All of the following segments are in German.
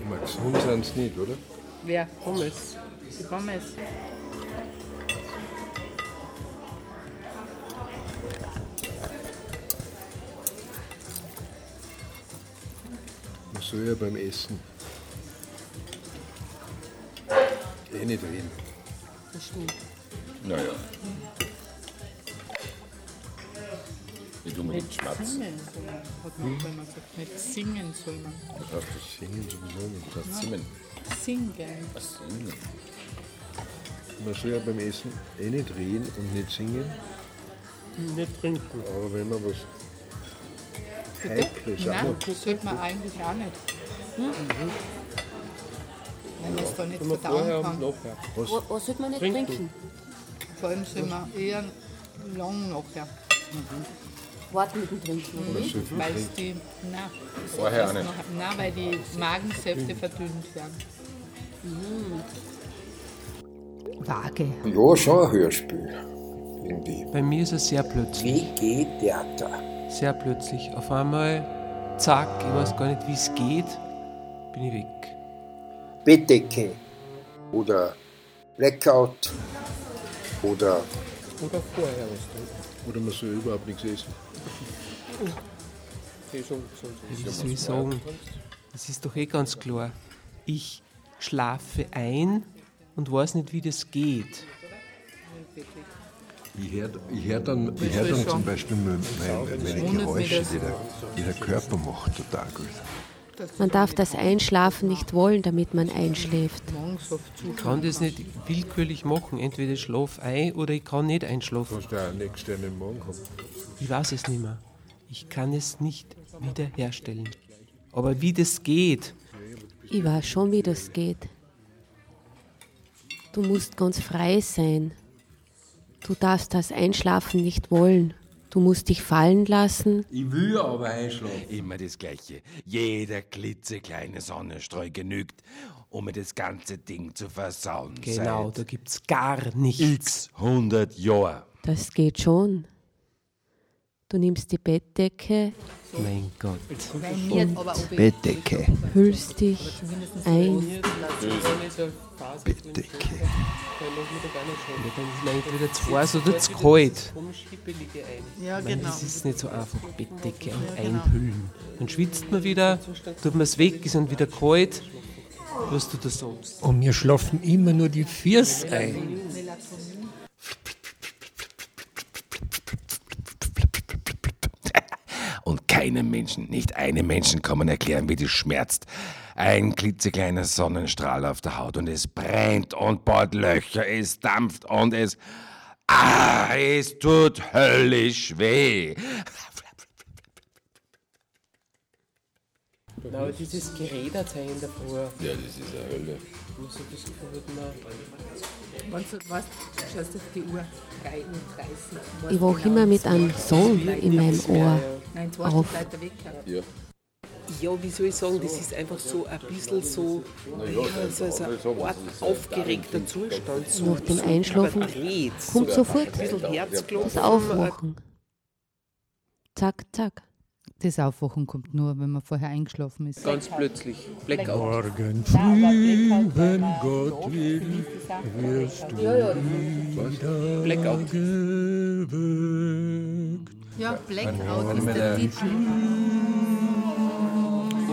Immer gesund sind sie nicht, oder? Wer? Pommes. Die Pommes. Man soll ja beim Essen eh nicht reden. Das stimmt. Naja. Nicht unbedingt Nicht schmatzen. singen soll man, hat man früher mal gesagt. Nicht singen soll man. Was heißt das? Singen sowieso nicht. Das Zimmen. Singen. Was singen? Man soll ja beim Essen eh nicht reden und nicht singen, Nicht trinken. aber wenn man was Heikles Nein, anhat, das sollte man eigentlich auch nicht. Hm? Wenn man es da nicht Immer vorher verdauen und kann. nachher. Was, was sollte man nicht Trinken. trinken? Vor allem soll man eher lang nachher. Warten mit dem Trinken. oder? man soll viel Weil es trinken. die. Nein, Vorher auch nicht. nein, weil die Magensäfte verdünnt werden. Waage. Ja, schon ein Hörspiel. Irgendwie. Bei mir ist es sehr plötzlich. WG-Theater. Sehr plötzlich. Auf einmal, zack, ich weiß gar nicht, wie es geht, bin ich weg. Bettdecke. Oder Blackout. Oder Oder vorher was trinken. Oder man soll überhaupt nichts essen. Die schon gesund sind. Wie soll ich sagen? Das ist doch eh ganz klar. Ich schlafe ein und weiß nicht, wie das geht. Ich höre ich hör dann, ich hör dann zum Beispiel meine, meine Geräusche, die der, die der Körper macht, total gut. Man darf das Einschlafen nicht wollen, damit man einschläft. Morgens oft zu. Ich kann das nicht willkürlich machen. Entweder ich schlafe ein oder ich kann nicht einschlafen. Hast du ja auch nächstes Jahr einen Morgen gehabt. Ich weiß es nicht mehr. Ich kann es nicht wiederherstellen. Aber wie das geht, Ich weiß schon, wie das geht. Du musst ganz frei sein. Du darfst das Einschlafen nicht wollen. Du musst dich fallen lassen. Ich will aber einschlafen. Immer das Gleiche. Jeder klitzekleine Sonnenstreu genügt, um mir das ganze Ding zu versauen. genau, da gibt es gar nichts. Seit 100 Jahre. Das geht schon. Du nimmst die Bettdecke, Mein Gott. Bei mir aber ob ich Bettdecke. hüllst dich ein. Bettdecke. Ja, dann ist man entweder zu heiß oder zu kalt. Komisch hippelige ein. Ja, Ich meine, genau. das ist nicht so einfach. Bettdecke und einhüllen. Dann schwitzt man wieder, tut man es weg, ist dann wieder kalt. Was tut er sonst? Und mir schlafen immer nur die Fiers ein. Und keinem Menschen, nicht einem Menschen kann man erklären, wie das schmerzt. Ein klitzekleiner Sonnenstrahl auf der Haut und es brennt und bohrt Löcher, es dampft und es... Ah, es tut höllisch weh. Genau, dieses Geräderteil davor. Ja, das ist eine Hölle. Man so das Gefühl hat, man Wenn du Also, weißt, schaust auf die Uhr. 3.30 Uhr. Ich wach immer mit einem Song in meinem Ohr. Nein, zwei Stunden auf. weiter weg. Ja, wie soll ich sagen, das ist einfach so ein bisschen so, ja, so, so ein Art aufgeregter Zustand. So, Nach dem Einschlafen überdreht, so kommt sofort ein bisschen Herzklopfen. das Aufwachen. Zack, zack. Das Aufwachen kommt nur, wenn man vorher eingeschlafen ist. Ganz plötzlich. Blackout. Morgen Gott will, wirst du Blackout. Ja, Blackout ist der Titel.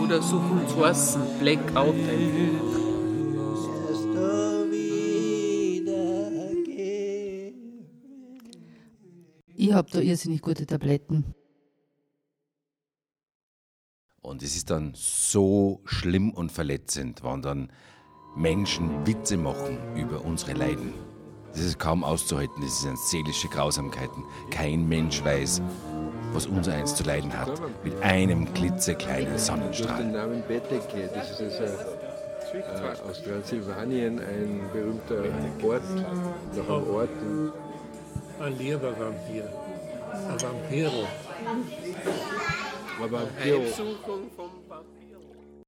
Oder so viel zu heißen. Blackout. Ich habe da irrsinnig gute Tabletten. Und es ist dann so schlimm und verletzend, wenn dann Menschen Witze machen über unsere Leiden. Das ist kaum auszuhalten, das sind seelische Grausamkeiten. Kein Mensch weiß, was unser eins zu leiden hat, mit einem klitzekleinen Du hast den Sonnenstrahl. Namen Bettdecke, das ist ein, äh, aus Transsilvanien ein berühmter Ort, nach einem Ort, in- Ein lieber Vampir. Ein Vampiro. aber Bio, Suchung vom